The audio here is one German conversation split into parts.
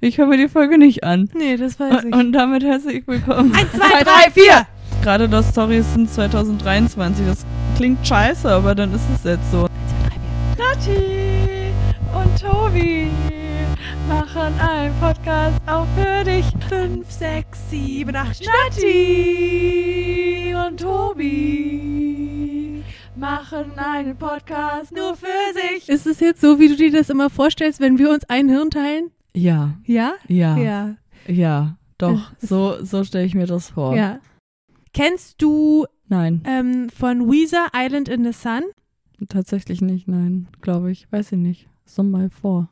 Ich höre mir die Folge nicht an. Nee, das weiß Und, ich. und damit herzlich willkommen. Eins, zwei, drei, vier! Gerade das Stories sind 2023. Das klingt scheiße, aber dann ist es jetzt so. Nati und Tobi machen einen Podcast auch für dich. 5, 6, 7, 8, Schnatti und Tobi machen einen Podcast nur für sich. Ist es jetzt so, wie du dir das immer vorstellst, wenn wir uns ein Hirn teilen? Ja, Ja? ja, ja, Ja. doch. Es ist- So, so stelle ich mir das vor. ja. Kennst du Nein, ähm, von Weezer Island in the Sun? tatsächlich nicht. Nein, glaube ich. Weiß ich nicht. So mal vor.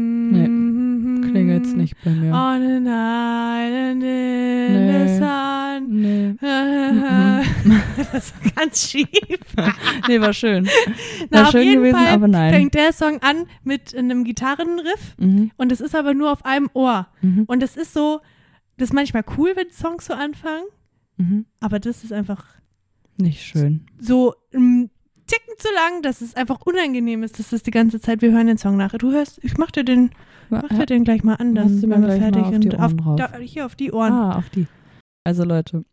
Nee, Klingelt's nicht bei mir. On an island in the Nee. Mhm. sun. Nee. das ist ganz schief. nee, war schön. Na, War auf schön jeden gewesen, Fall aber nein. fängt der Song an mit einem Gitarrenriff Mhm. und es ist aber nur auf einem Ohr. Mhm. Und das ist so, das ist manchmal cool, wenn Songs so anfangen, Mhm. aber das ist einfach Nicht schön. so einen Ticken zu lang, dass es einfach unangenehm ist, dass das die ganze Zeit, wir hören den Song nach. Du hörst, ich mach dir den, mach dir den gleich mal anders, Machst du wenn mir wir gleich mal fertig auf die sind. Ohren drauf. da, hier auf die Ohren. ah, auf die. Also Leute,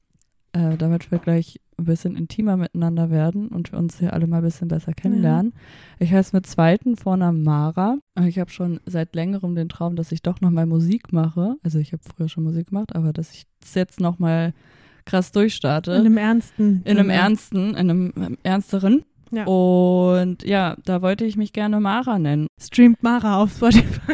äh, damit wir gleich ein bisschen intimer miteinander werden und uns hier alle mal ein bisschen besser kennenlernen. Ich heiße mit zweiten Vornamen Mara. Ich habe schon seit längerem den Traum, dass ich doch nochmal Musik mache. Also ich habe früher schon Musik gemacht, aber dass ich das jetzt nochmal krass durchstarte. In einem ernsten. In einem Sinne. ernsten, in einem ähm, ernsteren. Ja. Und ja, da wollte ich mich gerne Mara nennen. Streamt Mara auf Spotify.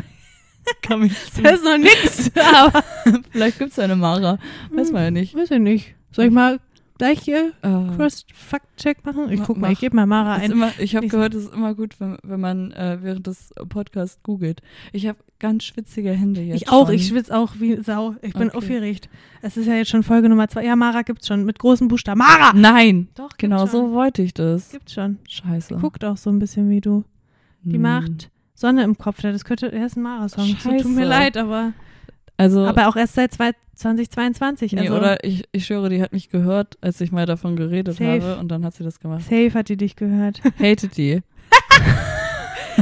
Komm ich Das ist noch nix, aber. Vielleicht gibt es eine Mara. Weiß man ja nicht. Weiß ich nicht. Soll ich mal gleich hier Äh, Cross-Fact-Check machen? Ich Ma- guck mal, ich mach. gebe mal Mara ist ein. immer, ich habe Nicht- gehört, es ist immer gut, wenn, wenn man äh, während des Podcasts googelt. Ich habe ganz schwitzige Hände jetzt. Ich auch, schon. ich schwitze auch wie Sau. Ich bin Okay. aufgeregt. Es ist ja jetzt schon Folge Nummer zwei. Ja, Mara gibt's schon, mit großen Buchstaben. Mara! Nein, Doch, gibt's genau schon. so wollte ich das. Gibt's schon. Scheiße. Guckt auch so ein bisschen wie du. Die Hm. macht Sonne im Kopf. Das könnte, er ist ein Mara-Song. So, Tut mir Scheiße. leid, aber, Also, aber auch erst seit zwei- 2022. nee, Also oder ich, ich schwöre, die hat mich gehört, als ich mal davon geredet Safe. habe und dann hat sie das gemacht. safe hat die dich gehört. Hated die.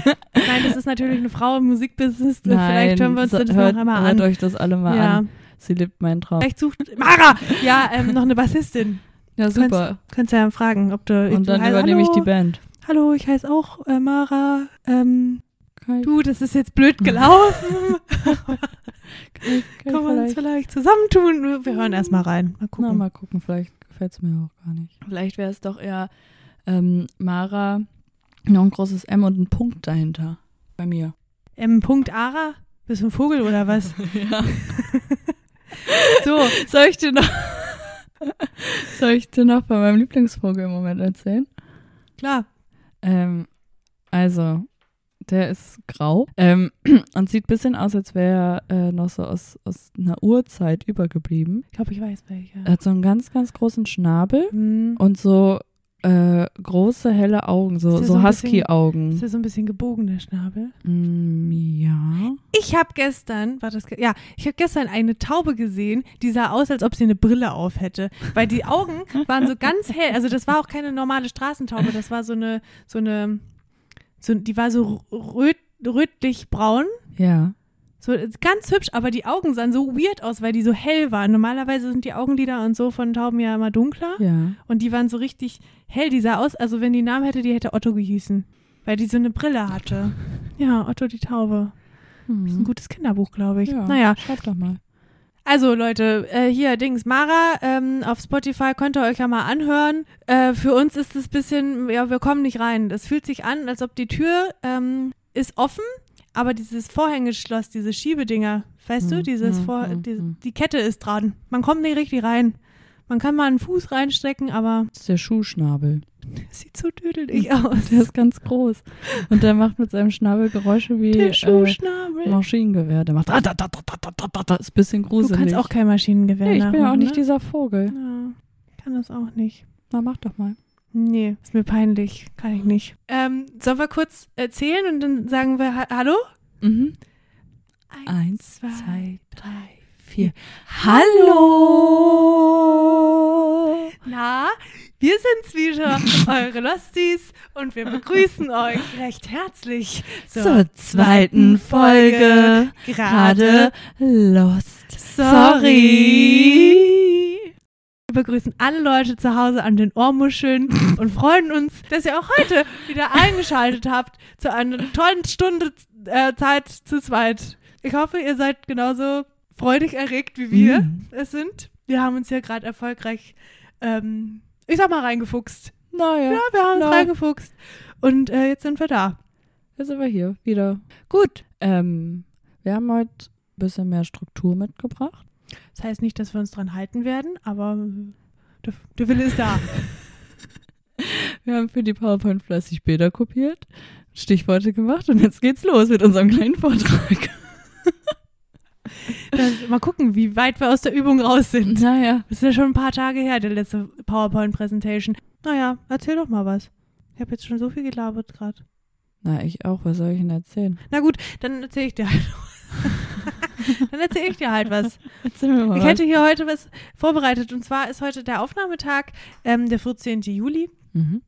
Nein, das ist natürlich eine Frau im Musikbusiness. Nein, Vielleicht hören wir uns so- das hört, noch einmal Hört an. euch das alle mal ja. an. Sie lebt meinen Traum. Vielleicht sucht Mara ja ähm, noch eine Bassistin. Ja, super. Könntest ja fragen, ob du. Und dann du heißt- übernehme ich hallo, die Band. Hallo, ich heiße auch äh, Mara. Ähm, Kann ich, du, das ist jetzt blöd gelaufen. kann ich, kann Können wir uns ich vielleicht. vielleicht zusammentun? Wir hören erstmal rein. Mal Na, gucken. mal gucken, vielleicht gefällt es mir auch gar nicht. Vielleicht wäre es doch eher ähm, Mara, noch ein großes M und ein Punkt dahinter. Bei mir. Ähm, Punkt Ara? Bist du ein Vogel oder was? Ja. So, Soll ich dir noch. Soll ich dir noch bei meinem Lieblingsvogel im Moment erzählen? klar. Ähm, also, der ist grau ähm, und sieht ein bisschen aus, als wäre er äh, noch so aus, aus einer Urzeit übergeblieben. Ich glaube, ich weiß welcher. Er hat so einen ganz, ganz großen Schnabel Hm. Äh? und so äh, große, helle Augen, so, Ist der so so ein bisschen- Ist Husky-Augen. das so ein bisschen gebogen, der Schnabel? Mm, ja. Ich habe gestern, war das, ge- ja, ich habe gestern eine Taube gesehen, die sah aus, als ob sie eine Brille auf hätte, weil die Augen waren so ganz hell. Also das war auch keine normale Straßentaube, das war so eine, so eine, so, die war so röt, rötlich braun, Ja. so äh, ganz hübsch, aber die Augen sahen so weird aus, weil die so hell waren. Normalerweise sind die Augenlider und so von Tauben ja immer dunkler Ja. und die waren so richtig hell. Die sah aus, also wenn die einen Namen hätte, die hätte Otto gehießen, weil die so eine Brille hatte. Ja, Otto die Taube. Das ist ein Hm. gutes Kinderbuch, glaube ich. Ja. Naja, Schreib doch mal. also Leute, äh, hier Dings, Mara ähm, auf Spotify könnt ihr euch ja mal anhören. Äh, für uns ist es bisschen, ja, wir kommen nicht rein. Es fühlt sich an, als ob die Tür ähm, ist offen, aber dieses Vorhängeschloss, diese Schiebedinger, weißt du, Mhm, dieses mhm, Vor, mhm, die, mhm. die Kette ist dran. Man kommt nicht richtig rein. Man kann mal einen Fuß reinstecken, aber Das ist der Schuhschnabel. es sieht so dödelig aus. Der ist ganz groß. Und der macht mit seinem Schnabel Geräusche wie Der äh, Schuhschnabel. Maschinengewehr. Der macht. Da, da, da, da, da, da, da, da. Ist ein bisschen du gruselig. kannst auch kein Maschinengewehr nee, ich bin ja auch nachmachen, nicht ne? dieser Vogel. ja, kann das auch nicht. Na, mach doch mal. Nee, ist mir peinlich. Kann ich nicht. Ähm, sollen wir kurz erzählen und dann sagen wir ha Hallo? Mhm. Eins, Eins, zwei, zwei, drei, vier. Hallo! Na, wir sind's wieder, eure Losties, und wir begrüßen euch recht herzlich Zur zweiten Folge. Gerade lost. Sorry. Wir begrüßen alle Leute zu Hause an den Ohrmuscheln und freuen uns, dass ihr auch heute wieder eingeschaltet habt zu einer tollen Stunde äh, Zeit zu zweit. Ich hoffe, ihr seid genauso freudig erregt, wie wir Mhm. es sind. Wir haben uns hier gerade erfolgreich, ähm, ich sag mal, reingefuchst. Naja, Ja, wir haben uns na. reingefuchst. Und äh, jetzt sind wir da. jetzt sind wir hier wieder. Gut, ähm, wir haben heute ein bisschen mehr Struktur mitgebracht. Das heißt nicht, dass wir uns dran halten werden, aber der, der Wille ist da. Wir haben für die PowerPoint fleißig Bilder kopiert, Stichworte gemacht und jetzt geht's los mit unserem kleinen Vortrag. Dann Äh, mal gucken, wie weit wir aus der Übung raus sind. Naja, Das ist ja schon ein paar Tage her, der letzte PowerPoint-Präsentation. Naja, erzähl doch mal was. Ich habe jetzt schon so viel gelabert gerade. na ich auch, was soll ich denn erzählen? Na gut, dann erzähle ich dir halt Dann erzähle ich dir halt was. Erzähl mir mal Ich was. hätte hier heute was vorbereitet. Und zwar ist heute der Aufnahmetag, ähm, der 14. Juli Mhm.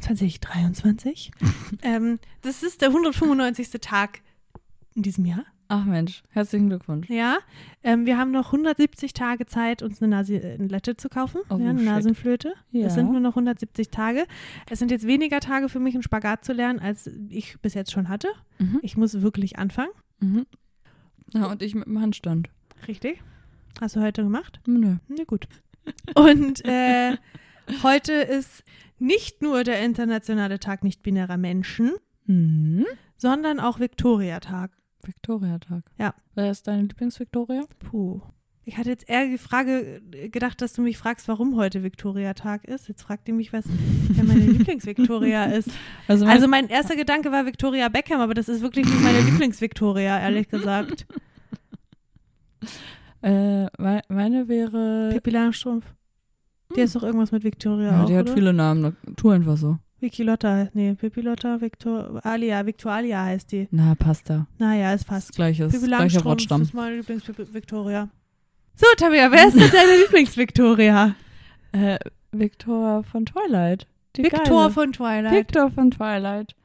2023. ähm, das ist der 195. Tag in diesem Jahr. Ach Mensch, herzlichen Glückwunsch. Ja, ähm, wir haben noch 170 Tage Zeit, uns eine Nasilette zu kaufen. Oh, ja, eine shit. Nasenflöte. Ja. Es sind nur noch 170 Tage. Es sind jetzt weniger Tage für mich, einen Spagat zu lernen, als ich bis jetzt schon hatte. Mhm. Ich muss wirklich anfangen. Mhm. Na, und ich mit dem Handstand. Richtig. Hast du heute gemacht? Nö. Na gut. Und äh, heute ist nicht nur der internationale Tag nicht-binärer Menschen, Mhm. sondern auch Viktoriatag. Viktoriatag. Ja. Wer ist deine Lieblingsviktoria? Puh. Ich hatte jetzt eher die Frage äh, gedacht, dass du mich fragst, warum heute Viktoriatag ist. Jetzt fragt ihr mich, was denn meine Lieblingsviktoria ist. Also, mein- Also mein erster Gedanke war Victoria Beckham, aber das ist wirklich nicht meine Lieblingsviktoria, ehrlich gesagt. äh, mei- meine wäre. Äh, Pippi Langstrumpf. Die ist doch irgendwas mit Victoria Ja, auch, die hat oder? viele Namen. ne? Tu einfach so. Vicky Lotta, nee, Pippi Lotta, Victor, Alia, Victualia heißt die. Na, passt da. Naja, ist fast. Passt gleiches. Pippi Gleicher Langstrumpf Wortstamm. ist meine Lieblingsviktoria. So, Tabea, wer ist denn deine Lieblingsviktoria? Äh, Victor von Twilight. Die Victor Geile. von Twilight. Victor von Twilight.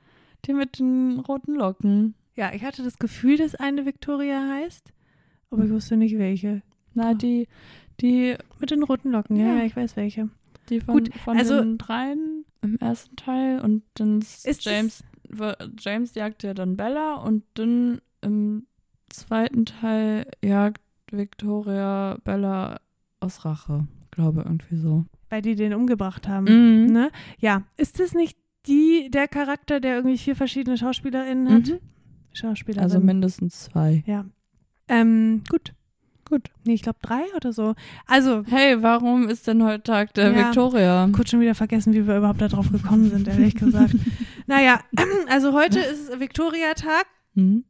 Die mit den roten Locken. Ja, ich hatte das Gefühl, dass eine Victoria heißt, aber ich wusste nicht welche. Na, die, die, Mit den roten Locken, ja, Ja. ja ich weiß welche. die von, Gut, von also- den dreien im ersten Teil und dann s- Ist es- James, w- James jagt ja dann Bella und dann im zweiten Teil jagt Victoria Bella aus Rache. Glaube irgendwie so. Weil die den umgebracht haben. Mhm. Ne? Ja, ist das nicht die, der Charakter, der irgendwie vier verschiedene SchauspielerInnen hat? Mhm. Schauspielerin. Also mindestens zwei. ja. Ähm, gut. Gut. Nee, ich glaube drei oder so. Also, Hey, warum ist denn heute Tag der Ja. Victoria? kurz schon wieder vergessen, wie wir überhaupt darauf gekommen sind, ehrlich gesagt. naja, also heute ist Viktoria-Tag. Hm?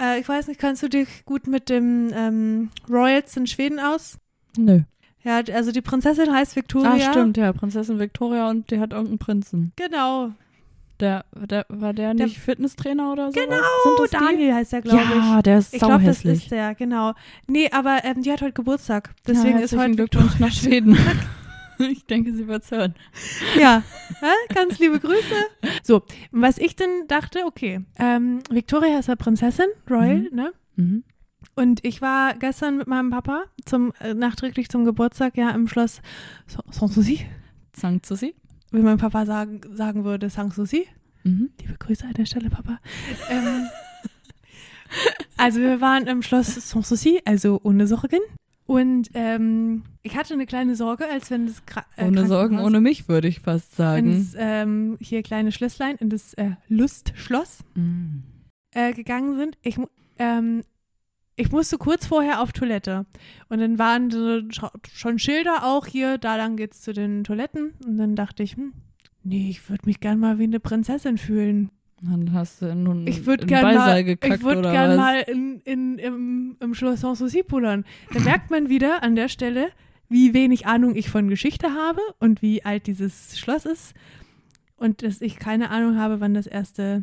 Äh, ich weiß nicht, kannst du dich gut mit dem ähm, Royals in Schweden aus? Nö. Ja, d- also die Prinzessin heißt Victoria. Ah, stimmt, ja. Prinzessin Victoria und die hat irgendeinen Prinzen. Genau. Der, der, war der Der- nicht Fitnesstrainer oder so? Genau, Sind das die? Daniel heißt er, glaube ich. Ja, der ist Ich glaube, das sauhässlich. ist der, genau. Nee, aber ähm, die hat heute Geburtstag. Deswegen ja, ist herzlichen heute Victoria. Glückwunsch nach Schweden. ich denke, sie wird's hören. Ja, Hä? ganz liebe Grüße. So, was ich denn dachte, okay, ähm, Victoria ist ja Prinzessin, Royal, Mhm. ne? Mhm. Und ich war gestern mit meinem Papa zum äh, nachträglich zum Geburtstag ja im Schloss Sanssouci, Sanssouci. wie mein Papa sagen, sagen würde, Sanssouci. Mhm. Liebe Grüße an der Stelle, Papa. ähm, also wir waren im Schloss Sanssouci, also ohne Sorgen. Und ähm, ich hatte eine kleine Sorge, als wenn das Gra äh, Ohne Sorgen, Krankenhaus- ohne mich, würde ich fast sagen. ins ähm, hier kleine Schlösslein, in das äh, Lustschloss Mhm. äh, gegangen sind. Ich, mu- ähm, ich musste kurz vorher auf Toilette. Und dann waren so scha- schon Schilder auch hier, da lang geht's zu den Toiletten. Und dann dachte ich, hm, nee, ich würde mich gern mal wie eine Prinzessin fühlen. Dann hast du nun Ich würde in gern Beisaal mal, gekackt ich würd oder gern was? mal in, in, im, im Schloss Sanssouci pullern. Da merkt man wieder an der Stelle, wie wenig Ahnung ich von Geschichte habe und wie alt dieses Schloss ist. Und dass ich keine Ahnung habe, wann das erste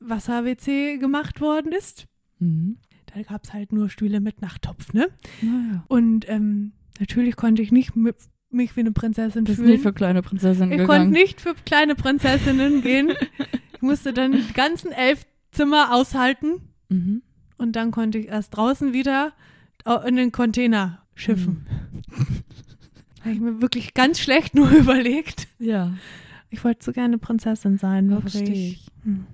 Wasser-WC gemacht worden ist. Mhm. Da da gab es halt nur Stühle mit Nachttopf, ne? Naja. Und ähm, natürlich konnte ich nicht mit, mich wie eine Prinzessin Das ist fühlen. nicht für kleine Prinzessin ich konnte gegangen. nicht für kleine Prinzessinnen gehen. Ich musste dann die ganzen elf Zimmer aushalten Mhm. und dann konnte ich erst draußen wieder au- in den Container schiffen. Habe ich mir wirklich ganz schlecht nur überlegt. Mhm. Ja, Ich wollte so gerne Prinzessin sein, verstehe wirklich. ich. Hm.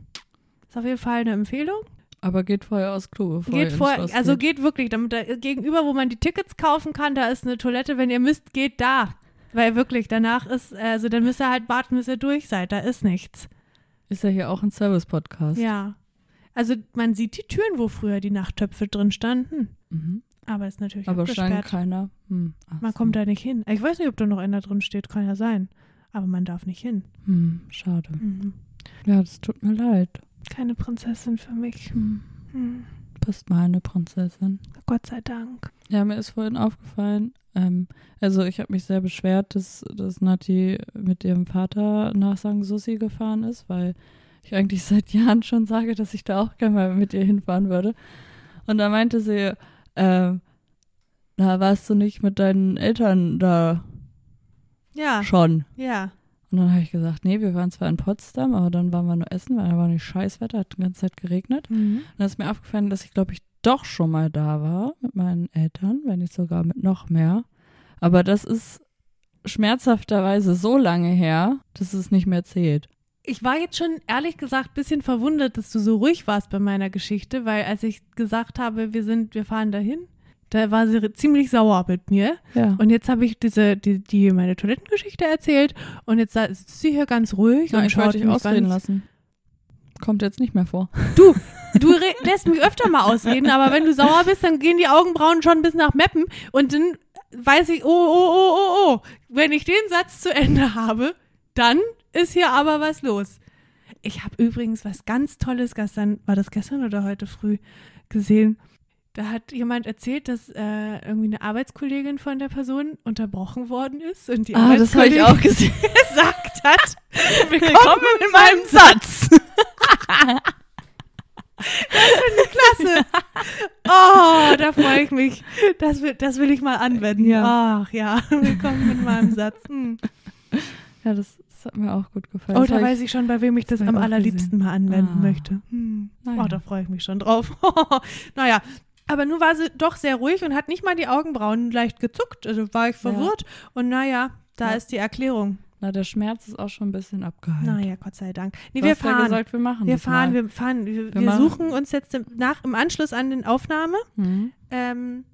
Ist auf jeden Fall eine Empfehlung. Aber geht vorher aus Klo, bevor ihr Geht ins vor, Schloss also geht. geht, wirklich, damit da gegenüber, wo man die Tickets kaufen kann, da ist eine Toilette, wenn ihr müsst, geht da. Weil wirklich, danach ist, also dann müsst ihr halt warten, bis ihr durch seid, da ist nichts. Ist ja hier auch ein Service-Podcast. Ja. Also man sieht die Türen, wo früher die Nachttöpfe drin standen. Mhm. Aber ist natürlich Aber scheint abgesperrt. keiner. Hm. Ach Man so. kommt halt- da nicht hin. Ich weiß nicht, ob da noch einer drin steht, kann ja sein. Aber man darf nicht hin. Hm, schade. Mhm. Ja, das tut mir leid. Keine Prinzessin für mich. Hm. Mhm. Bist meine Prinzessin. Gott sei Dank. Ja, mir ist vorhin aufgefallen, ähm, also ich habe mich sehr beschwert, dass, dass Nati mit ihrem Vater nach St. Susi gefahren ist, weil ich eigentlich seit Jahren schon sage, dass ich da auch gerne mal mit ihr hinfahren würde. Und da meinte sie, ähm, na, warst du nicht mit deinen Eltern da Ja, schon? ja. Und dann habe ich gesagt, nee, wir waren zwar in Potsdam, aber dann waren wir nur essen, weil da war nicht scheiß Wetter, hat die ganze Zeit geregnet. Mhm. Und dann ist mir aufgefallen, dass ich, glaube ich, doch schon mal da war mit meinen Eltern, wenn nicht sogar mit noch mehr. Aber das ist schmerzhafterweise so lange her, dass es nicht mehr zählt. Ich war jetzt schon ehrlich gesagt ein bisschen verwundert, dass du so ruhig warst bei meiner Geschichte, weil als ich gesagt habe, wir sind, wir fahren dahin, da war sie ri- ziemlich sauer mit mir. Ja. Und jetzt habe ich diese, die, die meine Toilettengeschichte erzählt und jetzt sa- sitzt sie hier ganz ruhig ja und ich wollte schaut dich mich ausreden ganz, lassen. Kommt jetzt nicht mehr vor. Du, du re- lässt mich öfter mal ausreden, aber wenn du sauer bist, dann gehen die Augenbrauen schon bis nach Meppen und dann weiß ich, oh, oh, oh, oh, oh, wenn ich den Satz zu Ende habe, dann ist hier aber was los. Ich habe übrigens was ganz Tolles gestern, war das gestern oder heute früh, gesehen. Da hat jemand erzählt, dass äh, irgendwie eine Arbeitskollegin von der Person unterbrochen worden ist und die Ah, Arbeitskollegin gesehen. gesagt hat, willkommen, Willkommen in meinem Satz. das finde ich klasse. Oh, da freue ich mich. Das will, das will ich mal anwenden. Ja. Ach ja, willkommen in meinem Satz. Hm. Ja, das, das hat mir auch gut gefallen. Oh, Das da hab weiß ich schon, bei wem ich das hab ich am auch allerliebsten mal anwenden Ah. möchte. Hm. Naja. Oh, da freue ich mich schon drauf. naja. Aber nun war sie doch sehr ruhig und hat nicht mal die Augenbrauen leicht gezuckt. Also war ich verwirrt. Und naja, da Ja. ist die Erklärung. Na, der Schmerz ist auch schon ein bisschen abgeheilt. Naja, Gott sei Dank. Nee, du wir hast ja fahren. gesagt, wir machen Wir das fahren, mal. wir fahren, wir, Wir wir machen- suchen uns jetzt im, nach, im Anschluss an den Aufnahme. Mhm. Ähm,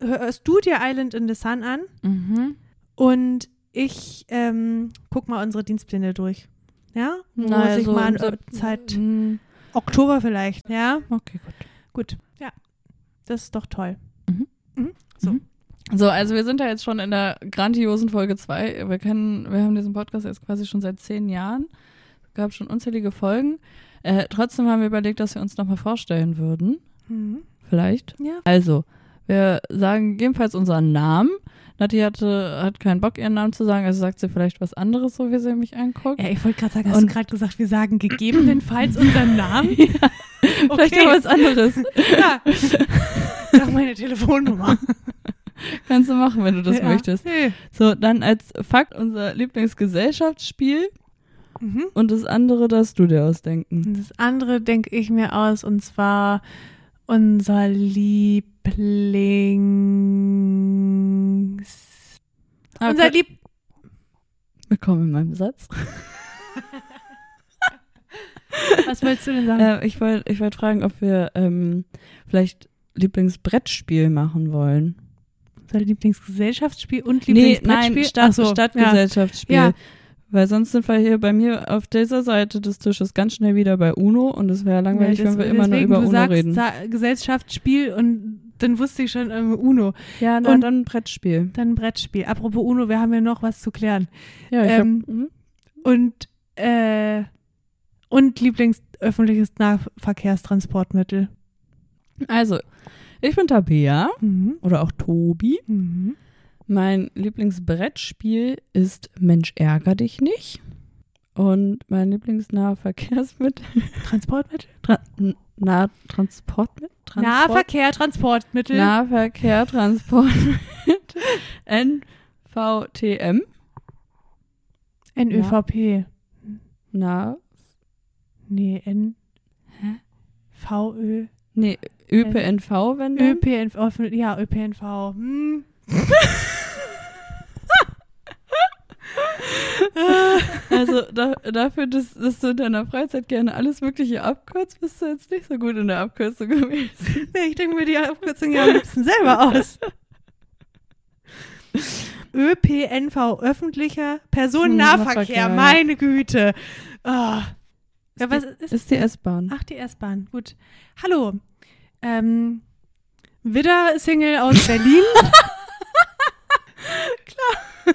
hörst du dir Island in the Sun an Mhm. und ich ähm, guck mal unsere Dienstpläne durch. Ja? Wo Naja, sich so mal also im in Sep- Zeit Mhm. Oktober vielleicht. Ja? Okay, gut. Gut. Ja. Das ist doch toll. So, also wir sind da jetzt schon in der grandiosen Folge 2. Wir kennen, wir haben diesen Podcast jetzt quasi schon seit zehn Jahren. Es gab schon unzählige Folgen. Äh, trotzdem haben wir überlegt, dass wir uns nochmal vorstellen würden. Mhm. Vielleicht. Ja. Also, wir sagen jedenfalls unseren Namen. Nati hatte, hat keinen Bock, ihren Namen zu sagen, also sagt sie vielleicht was anderes, so wie sie mich anguckt. Ja, ich wollte gerade sagen, hast Und- du gerade gesagt, wir sagen gegebenenfalls unseren Namen? Vielleicht auch was anderes. ja. Sag meine Telefonnummer. Kannst du machen, wenn du das ja. möchtest. Hey. So, dann als Fakt unser Lieblingsgesellschaftsspiel Mhm. und das andere darfst du dir ausdenken. Und Das andere denke ich mir aus und zwar unser Lieblings. Ah, Unser okay. Lieb. Willkommen in meinem Satz. Was willst du denn sagen? Äh, ich wollte ich wollt fragen, ob wir ähm, vielleicht Lieblingsbrettspiel machen wollen. unser Lieblingsgesellschaftsspiel und Nee, Lieblingsbrettspiel. nein, Stadt, Ach so, Stadtgesellschaftsspiel. Ja. Weil sonst sind wir hier bei mir auf dieser Seite des Tisches ganz schnell wieder bei UNO und es wäre Ja. langweilig, Ja, wenn wir des- immer nur deswegen, über du UNO sagst, reden. Sa- Gesellschaftsspiel und dann wusste ich schon ähm, Uno. Ja, na, und dann Brettspiel. Dann Brettspiel. Apropos Uno, wir haben ja noch was zu klären. Ja, ich Ähm, hab, hm? Und, äh, und Lieblingsöffentliches Nahverkehrstransportmittel. Also, ich bin Tabea Mhm. oder auch Tobi. Mhm. Mein Lieblingsbrettspiel ist Mensch ärger dich nicht. Und mein lieblingsnahe Verkehrsmittel, Transportmittel? Tra nah Transportmittel? Transport, Nahverkehr, Transportmittel. Nahverkehr, Transportmittel, NVTM, NÖVP. nah, Nee, N. Hä? VÖ. nee, ÖPNV, wenn Mhm. dann. ÖPNV. offen- Ja, ÖPNV. Hm. Also da, dafür, dass, dass du in deiner Freizeit gerne alles Mögliche abkürzt, bist du jetzt nicht so gut in der Abkürzung gewesen. Nee, ich denke mir die Abkürzung ja am liebsten selber aus. ÖPNV, öffentlicher Personennahverkehr, Personennahverkehr, ja. meine Güte. Ah. Ja, was ist, Ist die S-Bahn. Ach, die S-Bahn, gut. Hallo. Ähm, Widder-Single aus Berlin. Klar.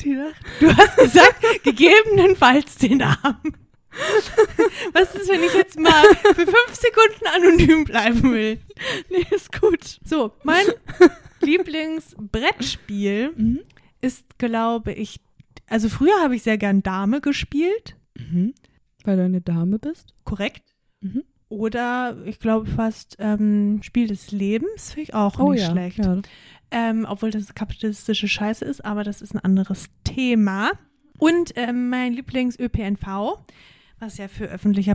Die sagt, du hast gesagt, gegebenenfalls den Namen. Was ist, wenn ich jetzt mal für fünf Sekunden anonym bleiben will? Nee, ist gut. So, mein Lieblingsbrettspiel Mhm. ist, glaube ich, also früher habe ich sehr gern Dame gespielt, Mhm. Weil du eine Dame bist. korrekt. Mhm. Oder ich glaube fast ähm, Spiel des Lebens finde ich auch nicht schlecht. Oh Ja. Ähm, obwohl das kapitalistische Scheiße ist, aber das ist ein anderes Thema. Und ähm, mein Lieblings-ÖPNV, was ja für öffentlicher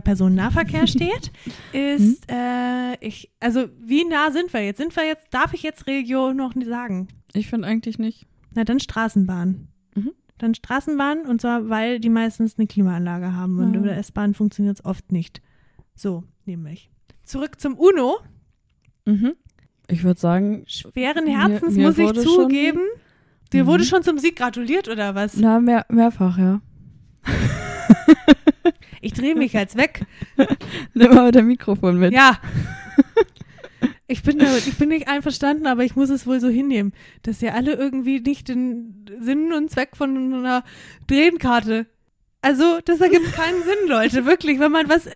Personennahverkehr steht, ist, Hm? äh, ich, also wie nah sind wir jetzt? Sind wir jetzt, darf ich jetzt Region noch nicht sagen? Ich finde eigentlich nicht. Na, dann Straßenbahn. Mhm. Dann Straßenbahn und zwar, weil die meistens eine Klimaanlage haben und Ah. über der S-Bahn funktioniert es oft nicht. So, nämlich. Zurück zum UNO. Mhm. Ich würde sagen, Schweren Mir- Herzens mir muss ich wurde schon- zugeben. Dir Mhm. wurde schon zum Sieg gratuliert, oder was? na, mehr, mehrfach, ja. Ich drehe mich jetzt weg. Nimm mal dein Mikrofon mit. Ja. Ich bin, damit, ich bin nicht einverstanden, aber ich muss es wohl so hinnehmen, dass ihr alle irgendwie nicht den Sinn und Zweck von einer Drehenkarte. Also, das ergibt keinen Sinn, Leute, wirklich. Wenn man was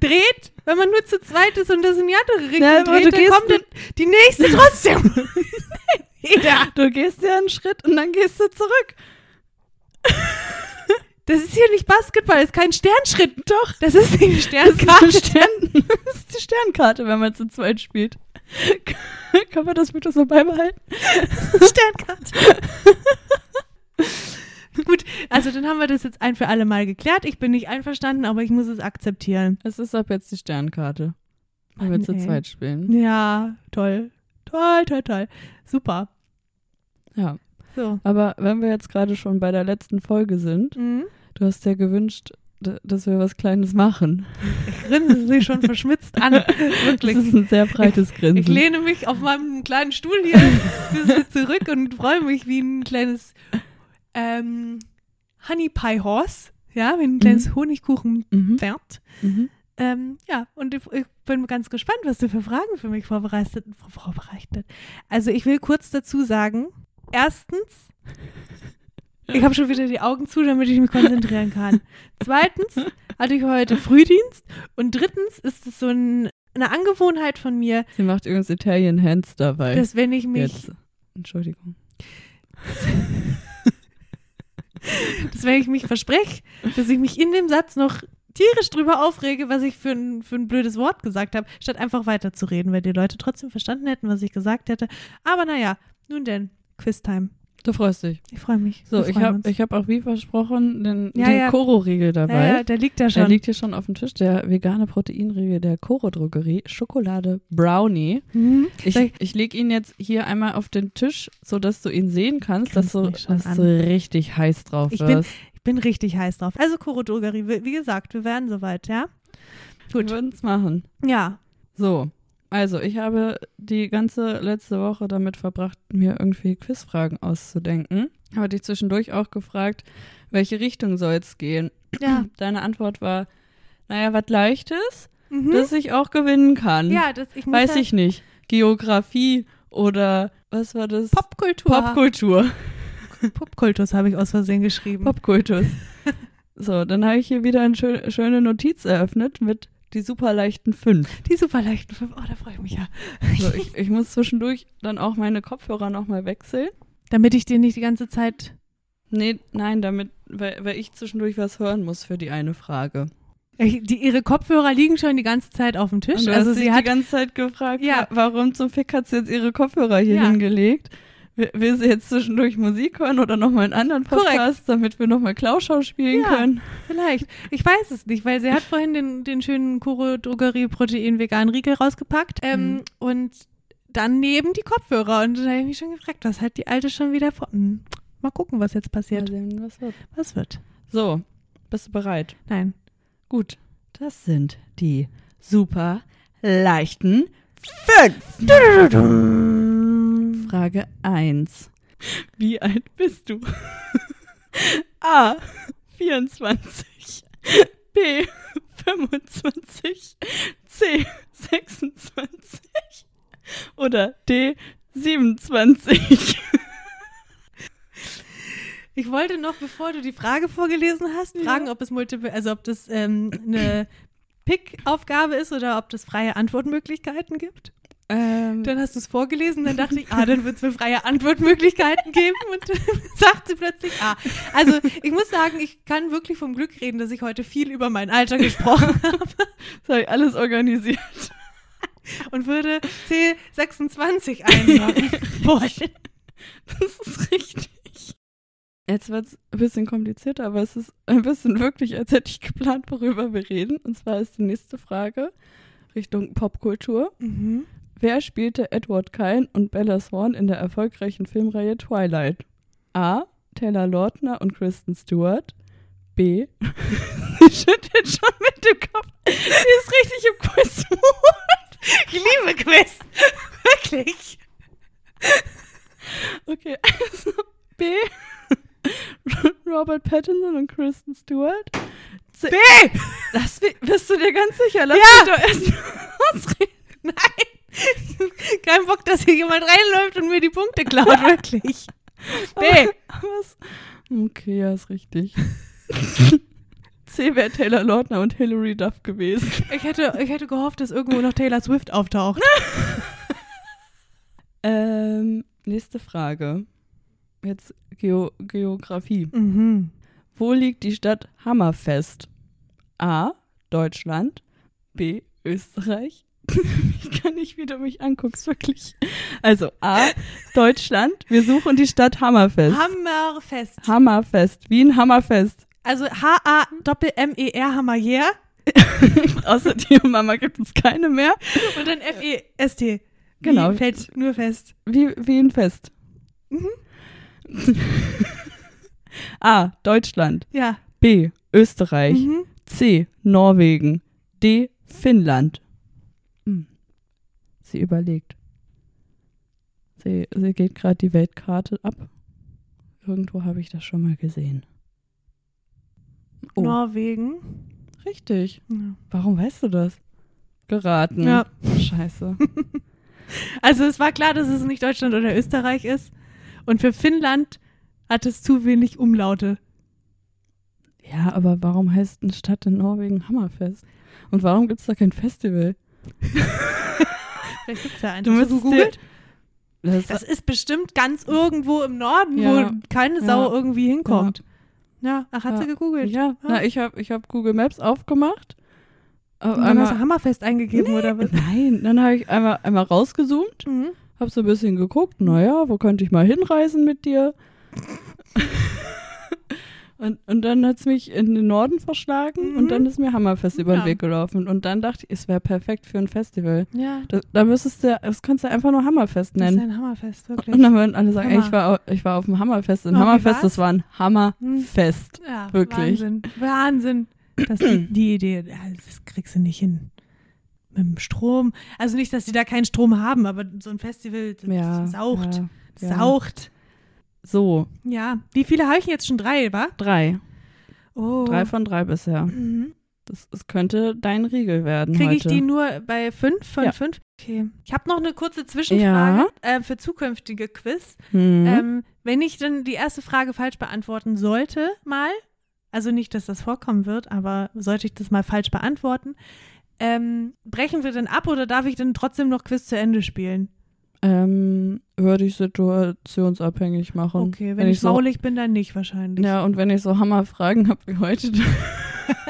dreht, wenn man nur zu zweit ist und das in die andere Richtung Ja, aber du dreht, dann gehst kommt dann die nächste trotzdem. Jeder. Du gehst ja einen Schritt und dann gehst du zurück. Das ist hier nicht Basketball, das ist kein Sternschritt. Doch. Das ist die Sternkarte. Das ist, die Stern das ist die Sternkarte, wenn man zu zweit spielt. Kann man das bitte so beibehalten? Sternkarte. Gut, also dann haben wir das jetzt ein für alle Mal geklärt. Ich bin nicht einverstanden, aber ich muss es akzeptieren. Es ist ab jetzt die Sternkarte. Wenn wir Mann, zu ey. zweit spielen. Ja, toll. Toll, toll, toll. Super. Ja. So. Aber wenn wir jetzt gerade schon bei der letzten Folge sind, Mhm. du hast ja gewünscht, d- dass wir was Kleines machen. Ich grinse sie schon verschmitzt an. Wirklich. Das ist ein sehr breites Grinsen. Ich lehne mich auf meinem kleinen Stuhl hier ein bisschen zurück und freue mich wie ein kleines ähm, Honey Pie Horse. Ja, wie ein kleines Honigkuchenpferd. mhm. Mhm. Ähm, ja, und ich, ich bin ganz gespannt, was du für Fragen für mich vorbereitet, vor- vorbereitet. Also ich will kurz dazu sagen, erstens, ich habe schon wieder die Augen zu, damit ich mich konzentrieren kann. Zweitens hatte ich heute Frühdienst und drittens ist es so ein, eine Angewohnheit von mir, Sie macht übrigens Italian Hands dabei. dass wenn ich mich, jetzt. Entschuldigung. dass wenn ich mich verspreche, dass ich mich in dem Satz noch tierisch drüber aufrege, was ich für ein, für ein blödes Wort gesagt habe, statt einfach weiterzureden, weil die Leute trotzdem verstanden hätten, was ich gesagt hätte. Aber naja, nun denn, Quiztime. Du freust dich. Ich freue mich. So, Wir ich freuen habe uns. ich hab auch wie versprochen den, Ja, den ja. Koro-Riegel dabei. Ja, ja, der liegt da Der schon. liegt hier schon auf dem Tisch, der vegane Proteinriegel der Koro-Drogerie, Schokolade Brownie. Mhm. Ich, Soll ich- ich lege ihn jetzt hier einmal auf den Tisch, sodass du ihn sehen kannst, dass Grinst du, mich schon dass an. du richtig heiß drauf Ich bin- wirst. ich bin richtig heiß drauf. Also Koro Drogerie, wie wie gesagt, wir werden soweit, ja? Gut. Wir würden es machen. Ja. So, also ich habe die ganze letzte Woche damit verbracht, mir irgendwie Quizfragen auszudenken. Habe dich zwischendurch auch gefragt, welche Richtung soll es gehen? Ja. Deine Antwort war, naja, was Leichtes, Mhm. das ich auch gewinnen kann. ja, das, ich muss Weiß ja- ich nicht. Geografie oder was war das? Popkultur. Hm. Popkultur. Popkultus habe ich aus Versehen geschrieben. Popkultus. so, dann habe ich hier wieder eine schö schöne Notiz eröffnet mit die super leichten fünf. Die superleichten fünf. Oh, da freue ich mich ja. So, ich, ich muss zwischendurch dann auch meine Kopfhörer nochmal wechseln. Damit ich dir nicht die ganze Zeit. Nee, nein, damit, weil, weil ich zwischendurch was hören muss für die eine Frage. Ich- Die, ihre Kopfhörer liegen schon die ganze Zeit auf dem Und Tisch. du Also hast dich sie die hat ganze Zeit gefragt, Ja. wa- warum zum Fick hat sie jetzt ihre Kopfhörer hier Ja. hingelegt? Will, will sie jetzt zwischendurch Musik hören oder nochmal einen anderen Korrekt. Podcast, damit wir nochmal Klauschau spielen Ja. können? vielleicht. Ich weiß es nicht, weil sie hat vorhin den, den schönen Kuro Drogerie Protein veganen Riegel rausgepackt ähm, Mhm. und daneben die Kopfhörer. Und dann habe ich mich schon gefragt, was hat die alte schon wieder vor? Hm, Mal gucken, was jetzt Mal passiert. sehen, was wird. Was wird? So, bist du bereit? Nein. Gut, das sind die super leichten fünf. Frage 1. Wie alt bist du? A. 24. B. 25. C. 26. Oder D. 27. Ich wollte noch, bevor du die Frage vorgelesen hast, Ja. fragen, ob es multiple, also ob das ähm, eine Pick-Aufgabe ist oder ob das freie Antwortmöglichkeiten gibt. Ähm, Dann hast du es vorgelesen, dann dachte ich, ah, dann wird es wohl freie Antwortmöglichkeiten geben und dann sagt sie plötzlich, ah. Also ich muss sagen, ich kann wirklich vom Glück reden, dass ich heute viel über mein Alter gesprochen habe das habe ich alles organisiert. und würde C26 einmachen. Boah, shit. Das ist richtig. Jetzt wird es ein bisschen komplizierter, aber es ist ein bisschen wirklich, als hätte ich geplant, worüber wir reden. Und zwar ist die nächste Frage Richtung Popkultur. Mhm. Wer spielte Edward Kine und Bella Swan in der erfolgreichen Filmreihe Twilight? A. Taylor Lautner und Kristen Stewart. B. Sie schüttelt schon mit dem Kopf. Sie ist richtig im Quiz. Ich liebe Quiz. Wirklich. Okay, also B. Robert Pattinson und Kristen Stewart. C. B! Das wi- bist du dir ganz sicher? Lass Ja! mich doch erst ausreden. Nein! Kein Bock, dass hier jemand reinläuft und mir die Punkte klaut, wirklich. B. Was? Okay, ja, ist richtig. C wäre Taylor Lautner und Hilary Duff gewesen. Ich hätte, ich hätte gehofft, dass irgendwo noch Taylor Swift auftaucht. Ähm, nächste Frage. Jetzt Geo Geografie. Mhm. Wo liegt die Stadt Hammerfest? A. Deutschland. B. Österreich. Ich kann nicht, wie du mich anguckst, wirklich. Also A. Deutschland. Wir suchen die Stadt Hammerfest. Hammerfest. Hammerfest. Wien Hammerfest. Also H-A-M-M-E-R Hammerjer Außer die Mama gibt es keine mehr. und dann F-E-S-T. Wie Genau. Fällt nur fest. Wie, Wien Fest. Mhm. A. Deutschland. Ja. B. Österreich. Mhm. C. Norwegen. D. Finnland. Hm. Sie überlegt. Sie, sie geht gerade die Weltkarte ab. Irgendwo habe ich das schon mal gesehen. Oh, Norwegen. richtig. Ja. Warum weißt du das? Geraten. Ja. Scheiße. Also es war klar, dass es nicht Deutschland oder Österreich ist. Und für Finnland hat es zu wenig Umlaute. ja, aber warum heißt eine Stadt in Norwegen Hammerfest? Und warum gibt es da kein Festival? Vielleicht gibt es ja eins. Du Hast müsstest dir- gegoogelt? Das, Das ist bestimmt ganz irgendwo im Norden, Ja. wo keine Sau Ja. irgendwie hinkommt. Ja, ach, hat Ja. sie gegoogelt. ja, na, ich habe ich hab Google Maps aufgemacht. Auf Und dann hast du Hammerfest eingegeben Nee, oder was? Nein, dann habe ich einmal, einmal rausgezoomt, Mhm. habe so ein bisschen geguckt, naja, wo könnte ich mal hinreisen mit dir? und, und dann hat es mich in den Norden verschlagen Mhm. und dann ist mir Hammerfest über Ja. den Weg gelaufen. Und dann dachte ich, es wäre perfekt für ein Festival. Ja, Da, da müsstest du, das kannst du einfach nur Hammerfest das ist nennen. ein Hammerfest, wirklich. Und dann würden alle sagen, ey, Hammer. ich war, au- ich war auf dem Hammerfest. Und Und wie war's? Hammerfest, das war ein Hammerfest. ja, wirklich. Wahnsinn, Wahnsinn. Dass die, die Idee, ja, das kriegst du nicht hin. Mit dem Strom. Also nicht, dass die da keinen Strom haben, aber so ein Festival das Ja, Hm. saucht. Ja, ja. Saucht. So, Ja. Wie viele habe ich jetzt schon? Drei, wa? drei. Oh. Drei von drei bisher. Mhm. Das, das könnte dein Riegel werden Kriege heute. ich die nur bei 5 von Ja. 5? Okay. Ich habe noch eine kurze Zwischenfrage Ja. äh, für zukünftige Quiz. Hm. Ähm, wenn ich dann die erste Frage falsch beantworten sollte, mal, also nicht, dass das vorkommen wird, aber sollte ich das mal falsch beantworten, ähm, brechen wir dann ab oder darf ich dann trotzdem noch Quiz zu Ende spielen? Ähm, würde ich situationsabhängig machen. Okay, wenn, ich, so, maulig bin, dann nicht wahrscheinlich. Ja, und wenn ich so Hammerfragen habe wie heute,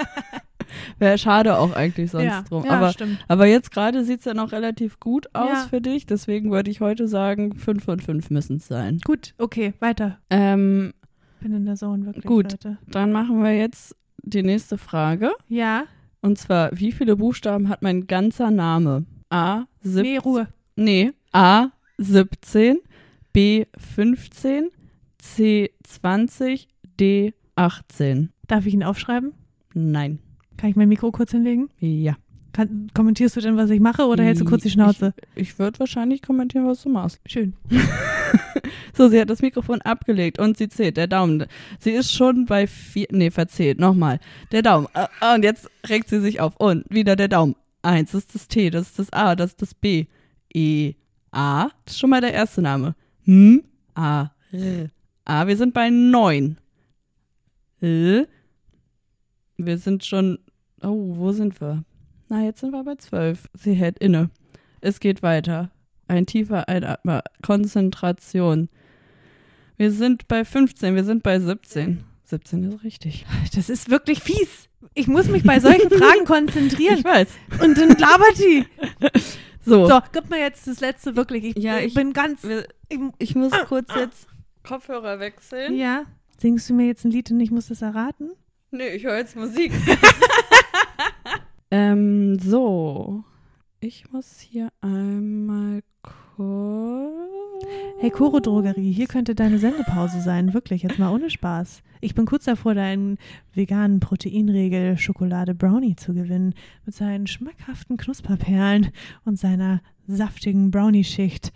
wäre schade auch eigentlich sonst ja. drum. Ja, aber, stimmt. aber jetzt gerade sieht es ja noch relativ gut aus Ja. für dich, deswegen würde ich heute sagen, 5 von 5 müssen es sein. Gut, okay, weiter. Ähm, Bin in der Zone wirklich, Gut. Leute. dann machen wir jetzt die nächste Frage. Ja, Und zwar, wie viele Buchstaben hat mein ganzer Name? A, 17. nee, Ruhe. Nee, A 17, B 15, C 20, D 18. Darf ich ihn aufschreiben? Nein. Kann ich mein Mikro kurz hinlegen? Ja. Kann, kommentierst du denn, was ich mache oder hältst du kurz die Schnauze? Ich würde wahrscheinlich kommentieren, was du machst. Schön. So, sie hat das Mikrofon abgelegt und sie zählt. Der Daumen. Sie ist schon bei vier. Nee, verzählt. Nochmal. Der Daumen. Ah, ah, Und jetzt regt sie sich auf. Und wieder der Daumen. Eins, das ist das T, das ist das A, das ist das B. E, A. Das ist schon mal der erste Name. Hm, A, R. A, wir sind bei neun. L. Wir sind schon. Oh, wo sind wir? Na, jetzt sind wir bei zwölf. Sie hält inne. Es geht weiter. Ein tiefer Einatmer. Konzentration. Wir sind bei 15, wir sind bei 17. 17 ist richtig. Das ist wirklich fies. Ich muss mich bei solchen Fragen konzentrieren Ich weiß. und dann labert die. So, So, gib mir jetzt das letzte wirklich. Ich, Oh. Ja, ich, ich- bin ganz. wir- Ich, ich muss kurz jetzt Kopfhörer wechseln. Ah, ja. Singst du mir jetzt ein Lied und ich muss das erraten? Nee, ich höre jetzt Musik. ähm, so. Ich muss hier einmal kurz. Hey, Koro Drogerie, hier könnte deine Sendepause sein. Wirklich, jetzt mal ohne Spaß. Ich bin kurz davor, deinen veganen Proteinregel Schokolade Brownie zu gewinnen. Mit seinen schmackhaften Knusperperlen und seiner saftigen Brownie-Schicht.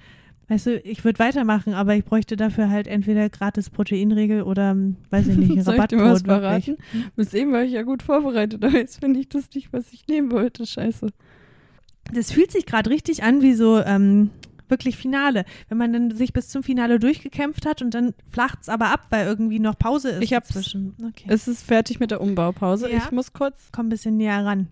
Weißt du, ich würde weitermachen, aber ich bräuchte dafür halt entweder gratis Proteinregel oder, hm, weiß ich nicht, einen Soll ich dir was Rabattcode. wirklich. verraten? Hm. Bis eben war ich ja gut vorbereitet, aber jetzt finde ich das nicht, was ich nehmen wollte. Scheiße. das fühlt sich gerade richtig an wie so ähm, wirklich Finale. Wenn man dann sich bis zum Finale durchgekämpft hat und dann flacht es aber ab, weil irgendwie noch Pause ist. Ich hab's. dazwischen. Okay. Es ist fertig mit der Umbaupause. Ja. Ich muss kurz. Komm ein bisschen näher ran.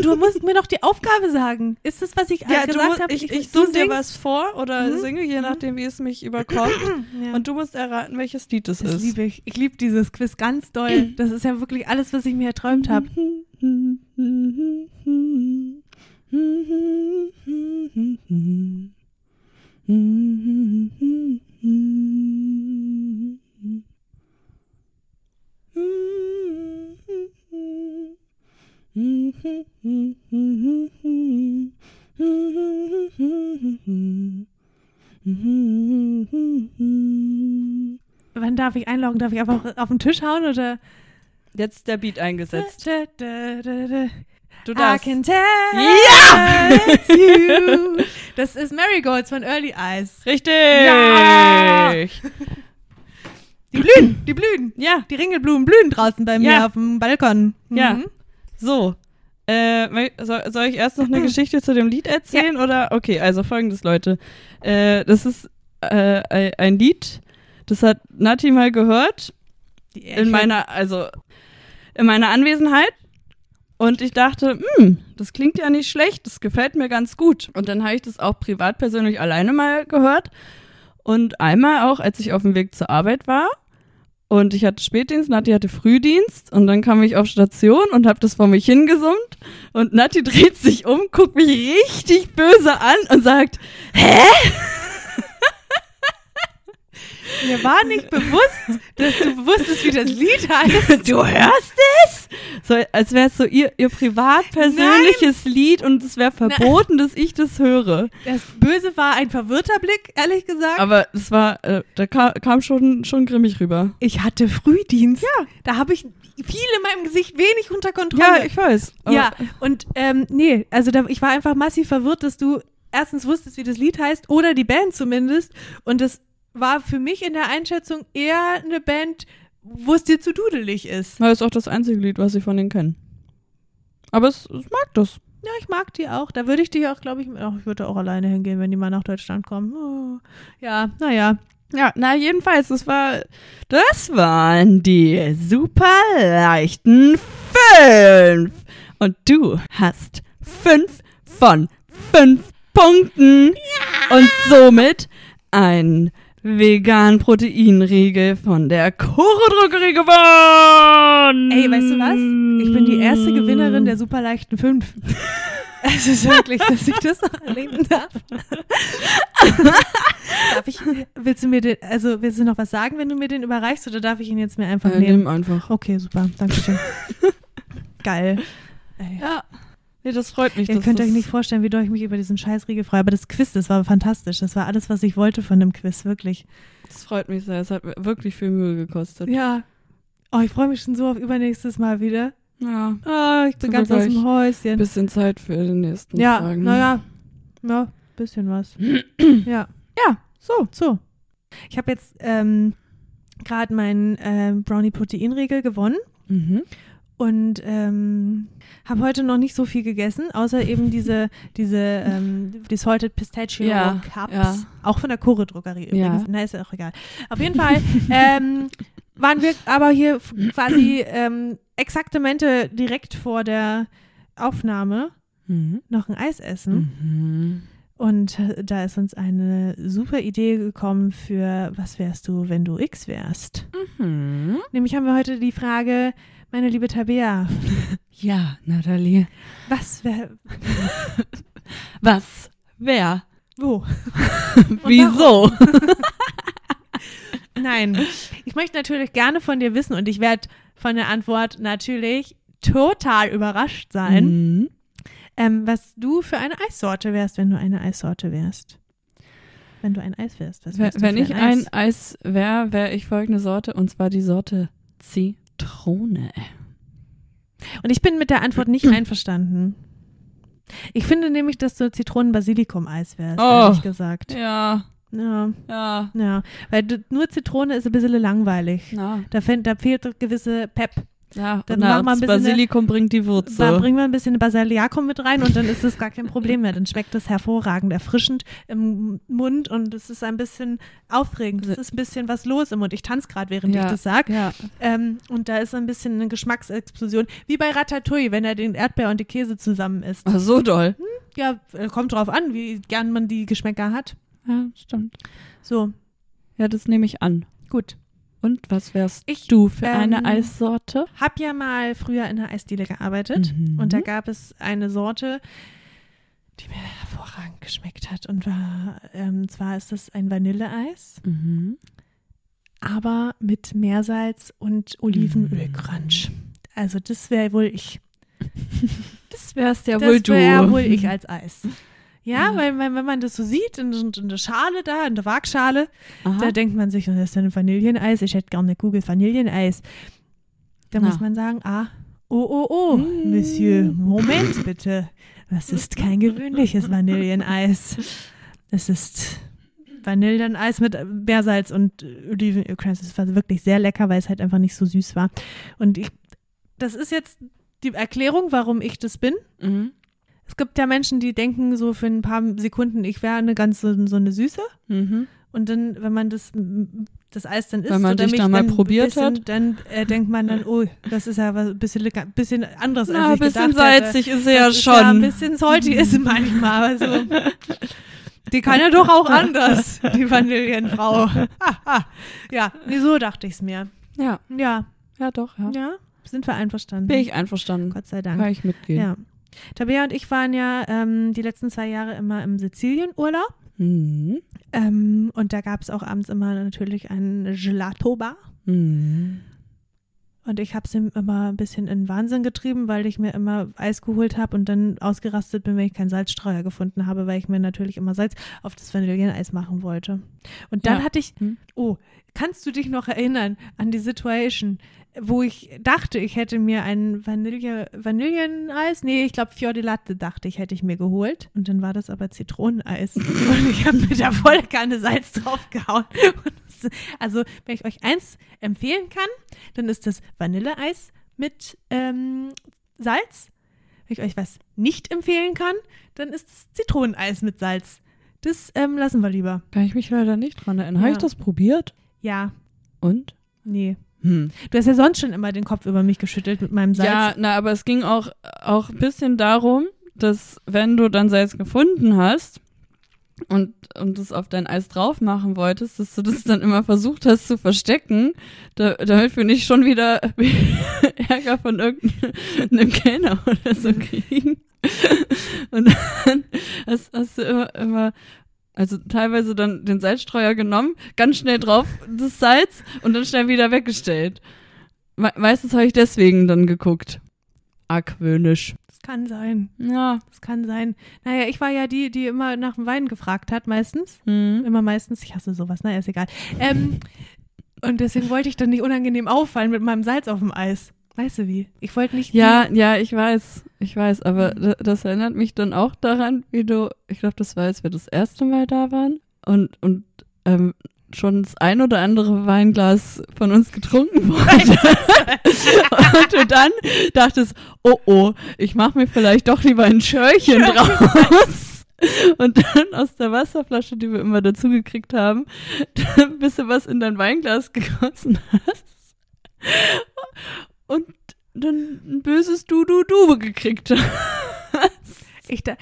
du musst mir doch die Aufgabe sagen. Ist das, was ich äh, gesagt habe? ich, ich du suche dir singst? was vor oder Mhm, singe, je mhm. nachdem, wie es mich überkommt. Ja. Und du musst erraten, welches Lied es Mhm. das ist. liebe ich. Ich liebe dieses Quiz ganz doll. Das ist ja wirklich alles, was ich mir erträumt habe. Wann darf ich einloggen? Darf ich einfach auf den Tisch hauen oder? Jetzt der Beat eingesetzt. Da, da, da, da. Du I darfst. can tell Ja! it's you. Das ist Marigolds von Early Eyes. Richtig! Ja! Ja! Die blühen, die blühen. Die Ringelblumen blühen draußen bei mir Ja. auf dem Balkon. Mhm. Ja. so. Äh, mö- soll, soll ich erst noch eine Geschichte zu dem Lied erzählen? Oder? Okay, also folgendes, Leute. Äh, das ist äh, ei- ein Lied, das hat Nati mal gehört Die in meiner, also in meiner Anwesenheit. Und ich dachte, hm, das klingt ja nicht schlecht, das gefällt mir ganz gut. Und dann habe ich das auch privat persönlich alleine mal gehört. Und einmal auch, als ich auf dem Weg zur Arbeit war. Und ich hatte Spätdienst, Nati hatte Frühdienst. Und dann kam ich auf Station und habe das vor mich hingesummt. Und Nati dreht sich um, guckt mich richtig böse an und sagt, Mir war nicht bewusst, dass du wusstest, wie das Lied heißt. Du hörst es? So, als wäre es so ihr, ihr privat persönliches Lied und es wäre verboten, dass ich das höre. Das Böse war ein verwirrter Blick, ehrlich gesagt. Aber es war, äh, da kam, kam schon, schon grimmig rüber. ich hatte Frühdienst. Ja. Da habe ich viel in meinem Gesicht wenig unter Kontrolle. weiß. Aber ja und ähm, nee, also da, ich war einfach massiv verwirrt, dass du erstens wusstest, wie das Lied heißt oder die Band zumindest. Und das war für mich in der Einschätzung eher eine Band, wo es dir zu dudelig ist. Das ist auch das einzige Lied, was ich von denen kenne. Aber es, es mag das. Ja, ich mag die auch. Da würde ich die auch, glaube ich, ach, ich würde auch alleine hingehen, wenn die mal nach Deutschland kommen. Oh. Ja, naja. Ja, na jedenfalls, das war, das waren die super leichten fünf. Und du hast fünf von fünf Punkten. und somit ein vegan Proteinriegel von der Koro-Drogerie gewonnen. Ey, weißt du was? Ich bin die erste Gewinnerin der superleichten 5. Es ist wirklich, dass ich das noch erleben darf. darf ich, willst du mir den, also willst du noch was sagen, wenn du mir den überreichst oder darf ich ihn jetzt mir einfach äh, nehmen? nimm einfach. Okay, super, danke schön. Geil. Ey. Ja. Nee, das freut mich. Ihr dass könnt das- euch nicht vorstellen, wie doll ich mich über diesen Scheißriegel freue. Aber das Quiz, das war fantastisch. Das war alles, was ich wollte von dem Quiz, wirklich. Das freut mich sehr. Es hat mir wirklich viel Mühe gekostet. Ja. Oh, ich freue mich schon so auf übernächstes Mal wieder. Ja. Oh, ich Zum bin ganz Glück aus dem Häuschen. Ein bisschen Zeit für den nächsten ja, Fragen. naja. Ja, bisschen was. ja. Ja, so, so. Ich habe jetzt ähm, gerade meinen ähm, Brownie-Proteinriegel gewonnen Mhm. und ähm, habe heute noch nicht so viel gegessen, außer eben diese, diese ähm, die Salted Pistachio Ja, Cups. ja. Auch von der Chore Drogerie Ja. übrigens. Na, ist ja auch egal. Auf jeden Fall ähm, waren wir aber hier f- quasi ähm, exakte Momente direkt vor der Aufnahme Mhm. noch ein Eis essen. Mhm. Und äh, da ist uns eine super Idee gekommen für Was wärst du, wenn du X wärst? Mhm. Nämlich haben wir heute die Frage, meine liebe Tabea, Ja, Nathalie. was wär, Was? Wer? wo? Wieso? Nein, ich möchte natürlich gerne von dir wissen und ich werde von der Antwort natürlich total überrascht sein, Mhm. ähm, was du für eine Eissorte wärst, wenn du eine Eissorte wärst. Wenn du ein Eis wärst. Was Wenn, wärst du wenn für ich ein ein Eis? Eis wäre, wäre ich folgende Sorte und zwar die Sorte Zitrone. Und ich bin mit der Antwort nicht einverstanden. Ich finde nämlich, dass du Zitronen-Basilikum-Eis wärst, Oh. ehrlich gesagt. Ja, Ja, ja. ja. Weil du, nur Zitrone ist ein bisschen langweilig. Na, Da, fehlt- da fehlt doch gewisse Pep. ja. Dann na, mach mal ein das bisschen eine- Basilikum bringt die Wurzel. Da bringen wir ein bisschen Basilikum mit rein und dann ist das gar kein Problem mehr. Dann schmeckt das hervorragend, erfrischend im Mund und es ist ein bisschen aufregend. Es ist ein bisschen was los im Mund. Ich tanze gerade, während Ja. ich das sage. ja, Ähm, und da ist ein bisschen eine Geschmacksexplosion. Wie bei Ratatouille, wenn er den Erdbeer und die Käse zusammen isst. Ach, so doll. Ja, äh, kommt drauf an, wie gern man die Geschmäcker hat. Ja, stimmt. So, Ja, das nehme ich an. gut. Und was wärst Ich du für ähm, eine Eissorte? hab ja mal früher in einer Eisdiele gearbeitet Mhm. und da gab es eine Sorte, die mir hervorragend geschmeckt hat und war, ähm, zwar ist das ein Vanilleeis, Mhm. aber mit Meersalz und Olivenölcrunch. Also das wäre wohl ich. Das wärst ja das wäre wohl ich als Eis. Ja, weil weil- wenn man das so sieht, in, in der Schale da, in der Waagschale, Aha. Da denkt man sich, das ist ein Vanilleneis, ich hätte gerne eine Kugel Vanilleneis. Na. Da Mm. muss man sagen, ah, oh, oh, oh, Monsieur, Moment bitte. Das ist kein gewöhnliches Vanilleneis. Es ist Vanilleneis mit Meersalz und Olivenöl-Crunch. Es war wirklich sehr lecker, weil es halt einfach nicht so süß war. Und ich, das ist jetzt die Erklärung, warum ich das bin. Mhm. Es gibt ja Menschen, die denken so für ein paar Sekunden, ich wäre eine ganz so, so eine Süße. Mhm. Und dann, wenn man das, m- das Eis dann isst, Wenn man oder dich mich da mal dann ein probiert bisschen, hat. dann äh, denkt man dann, oh, das ist ja was- ein bisschen, lecker, ein bisschen anderes, Also Na, als ein ich bisschen gedacht hätte. salzig ist er ja Das ist Ja, ein schon. bisschen salty ist sie manchmal, aber so. Die kann ja doch auch anders, die Vanillenfrau. ja, nee, so dachte ich es mir. Ja, Ja, ja doch, ja. ja, sind wir einverstanden. Bin ich einverstanden. Gott sei Dank. Kann ich mitgehen. Ja. Tabea und ich waren ja ähm, die letzten zwei Jahre immer im Sizilienurlaub. Mhm. Ähm, und da gab es auch abends immer natürlich einen Gelato-Bar. Mhm. Und ich habe es immer ein bisschen in Wahnsinn getrieben, weil ich mir immer Eis geholt habe und dann ausgerastet bin, wenn ich keinen Salzstreuer gefunden habe, weil ich mir natürlich immer Salz auf das Vanilleneis machen wollte. Und dann Ja. hatte ich, Hm. oh, kannst du dich noch erinnern an die Situation, wo ich dachte, ich hätte mir ein Vanille, Vanilleneis, nee, ich glaube Fior di Latte dachte ich, hätte ich mir geholt. Und dann war das aber Zitroneneis. und ich habe mir da volle Kanne Salz draufgehauen. Und das, also, wenn ich euch eins empfehlen kann, dann ist das Vanilleeis mit ähm, Salz. Wenn ich euch was nicht empfehlen kann, dann ist es Zitroneneis mit Salz. Das ähm, lassen wir lieber. Kann ich mich leider nicht dran erinnern. Habe Ja. ich das probiert? Ja, Und? nee. Hm. Du hast ja sonst schon immer den Kopf über mich geschüttelt mit meinem Salz. Ja, na, aber es ging auch, auch ein bisschen darum, dass wenn du dann Salz gefunden hast, und, und das auf dein Eis drauf machen wolltest, dass du das dann immer versucht hast zu verstecken, da, damit wir nicht schon wieder Ärger von irgendeinem Kellner oder so kriegen. Und dann hast, hast du immer, immer also teilweise dann den Salzstreuer genommen, ganz schnell drauf das Salz und dann schnell wieder weggestellt. Me meistens habe ich deswegen dann geguckt. Argwöhnisch. Das kann sein. Ja. Das kann sein. Naja, ich war ja die, die immer nach dem Wein gefragt hat, meistens. Hm. Immer meistens. Ich hasse sowas, naja, ist egal. Ähm, und deswegen wollte ich dann nicht unangenehm auffallen mit meinem Salz auf dem Eis. Weißt du wie? Ich wollte nicht. die- Ja, ja, ich weiß. Ich weiß, aber da- das erinnert mich dann auch daran, wie du, ich glaube, das war, als wir das erste Mal da waren und, und ähm, schon das ein oder andere Weinglas von uns getrunken wurde. und du dann dachtest, oh oh, ich mache mir vielleicht doch lieber ein Schörchen draus. Und dann aus der Wasserflasche, die wir immer dazu gekriegt haben, ein bisschen was in dein Weinglas gegossen hast. Und dann ein böses Du-Du-Du gekriegt hast. Ich da,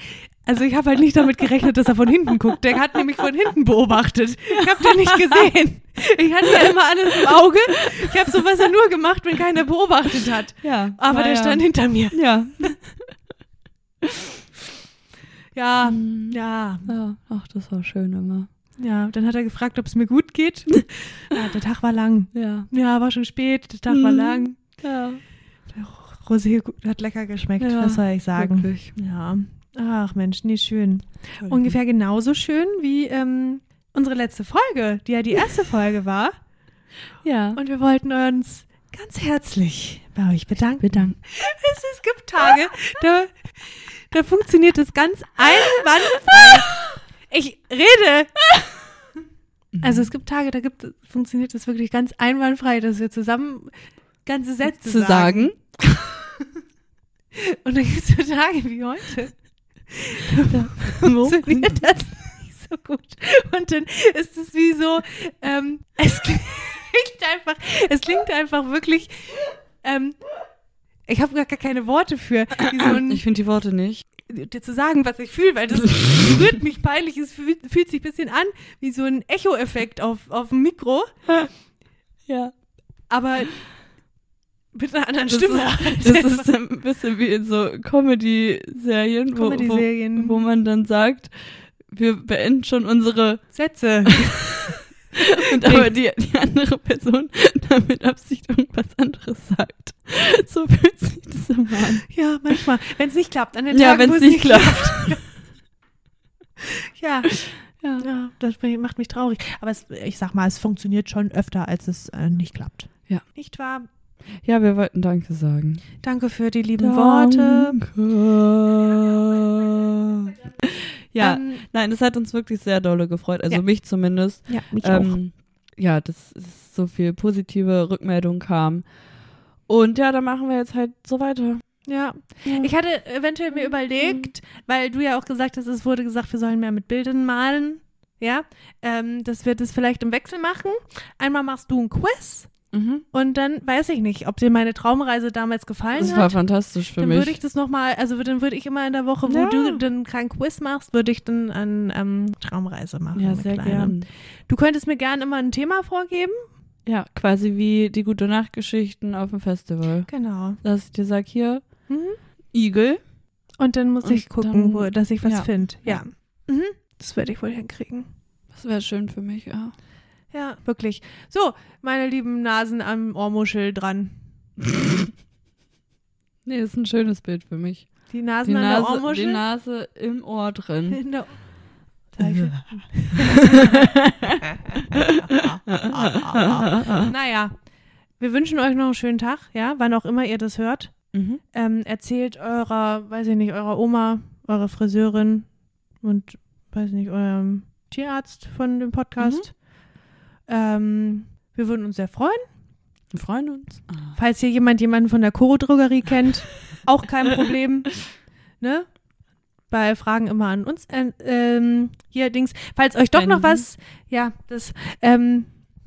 also ich habe halt nicht damit gerechnet, dass er von hinten guckt. Der hat nämlich von hinten beobachtet. Ich habe den nicht gesehen. Ich hatte ja immer alles im Auge. Ich habe so was ja nur gemacht, wenn keiner beobachtet hat. Ja. Aber der stand hinter mir. Ja. Ja, Mhm. ja, ja. Ach, das war schön immer. ja. Dann hat er gefragt, ob es mir gut geht. Ja, der Tag war lang. Ja. Ja, war schon spät. Der Tag war Mhm. lang. Ja. Rosé hat lecker geschmeckt. Ja, was soll ich sagen? Wirklich. Ja. Ach Mensch, nee, schön. Ungefähr genauso schön wie ähm, unsere letzte Folge, die ja die erste Folge war. Ja. Und wir wollten uns ganz herzlich bei euch bedanken. Bedanken. Es, es gibt Tage, da, da funktioniert das ganz einwandfrei. Ich rede. Also es gibt Tage, da gibt, funktioniert das wirklich ganz einwandfrei, dass wir zusammen ganze Sätze Zu sagen. sagen. Und dann gibt es so Tage wie heute. funktioniert das nicht so gut. Und dann ist es wie so, ähm, es klingt einfach, es klingt einfach wirklich, ähm, ich habe gar gar keine Worte für, wie so ein, Ich finde die Worte nicht. dir zu sagen, was ich fühle, weil das berührt mich peinlich, es fühlt, fühlt sich ein bisschen an wie so ein Echo-Effekt auf, auf dem Mikro, Ja. aber mit einer anderen Das Stimme. Das ist ein bisschen wie in so Comedy-Serien, wo, wo, Comedy-Serien, wo man dann sagt, wir beenden schon unsere Sätze. Und aber die, die andere Person damit Absicht irgendwas anderes sagt. So fühlt sich das immer an. Ja, manchmal. Wenn es nicht klappt, an den Ja, Tagen, wenn wo es nicht klappt. Ja, Ja. ja das bring- macht mich traurig. Aber es, ich sag mal, es funktioniert schon öfter, als es äh, nicht klappt. Ja. Nicht wahr? Ja, wir wollten Danke sagen. Danke für die lieben Worte. Danke. Ja, Ähm, nein, das hat uns wirklich sehr dolle gefreut. Also Ja. mich zumindest. ja, mich auch. Ähm, ja, das ist so viel positive Rückmeldung kam. Und ja, da machen wir jetzt halt so weiter. Ja. Ja. Mhm. Ich hatte eventuell mir überlegt, weil du ja auch gesagt hast, es wurde gesagt, wir sollen mehr mit Bildern malen. Ja, ähm, dass wir das vielleicht im Wechsel machen. Einmal machst du ein Quiz Mhm. und dann weiß ich nicht, ob dir meine Traumreise damals gefallen Das hat. war fantastisch für dann mich. würde ich das nochmal, also dann würde ich immer in der Woche, wo Ja. du dann kein Quiz machst, würde ich dann eine ähm, Traumreise machen. ja, eine sehr kleine. gern. Du könntest mir gerne immer ein Thema vorgeben. Ja, quasi wie die gute Nachtgeschichten auf dem Festival. Genau. Dass ich dir sag, hier, Mhm. Igel. Und dann muss Und ich gucken, dann- wo, dass ich was ja. finde. Ja. Mhm. Das werde ich wohl hinkriegen. Das wäre schön für mich, ja. Ja, wirklich. So, meine lieben Nasen am Ohrmuschel dran. Nee, das ist ein schönes Bild für mich. Die Nasen Die an der Nase, die Ohrmuschel. Nase im Ohr drin. in der naja, wir wünschen euch noch einen schönen Tag, ja, wann auch immer ihr das hört. Mhm. ähm, erzählt eurer, weiß ich nicht, eurer Oma, eurer Friseurin und, weiß nicht, eurem Tierarzt von dem Podcast. Ähm, wir würden uns sehr freuen. Wir freuen uns. Ah. Falls hier jemand jemanden von der Koro-Drogerie kennt, auch kein Problem. Ne? Bei Fragen immer an uns. Äh, ähm, hier, Dings. Falls euch doch Wenden. noch was, ja, das, ähm,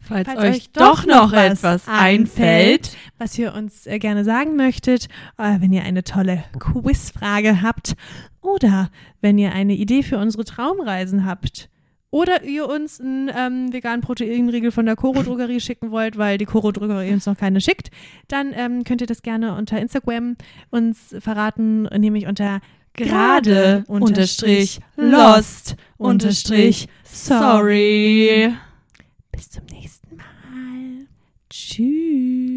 Falls, euch doch noch etwas einfällt, was ihr uns äh, gerne sagen möchtet, äh, wenn ihr eine tolle Quizfrage habt oder wenn ihr eine Idee für unsere Traumreisen habt oder ihr uns einen ähm, veganen Proteinriegel von der Coro Drogerie schicken wollt, weil die Coro Drogerie uns noch keine schickt, dann ähm, könnt ihr das gerne unter Instagram uns verraten, nämlich unter gerade unterstrich lost unterstrich sorry. Bis zum nächsten Mal. Tschüss.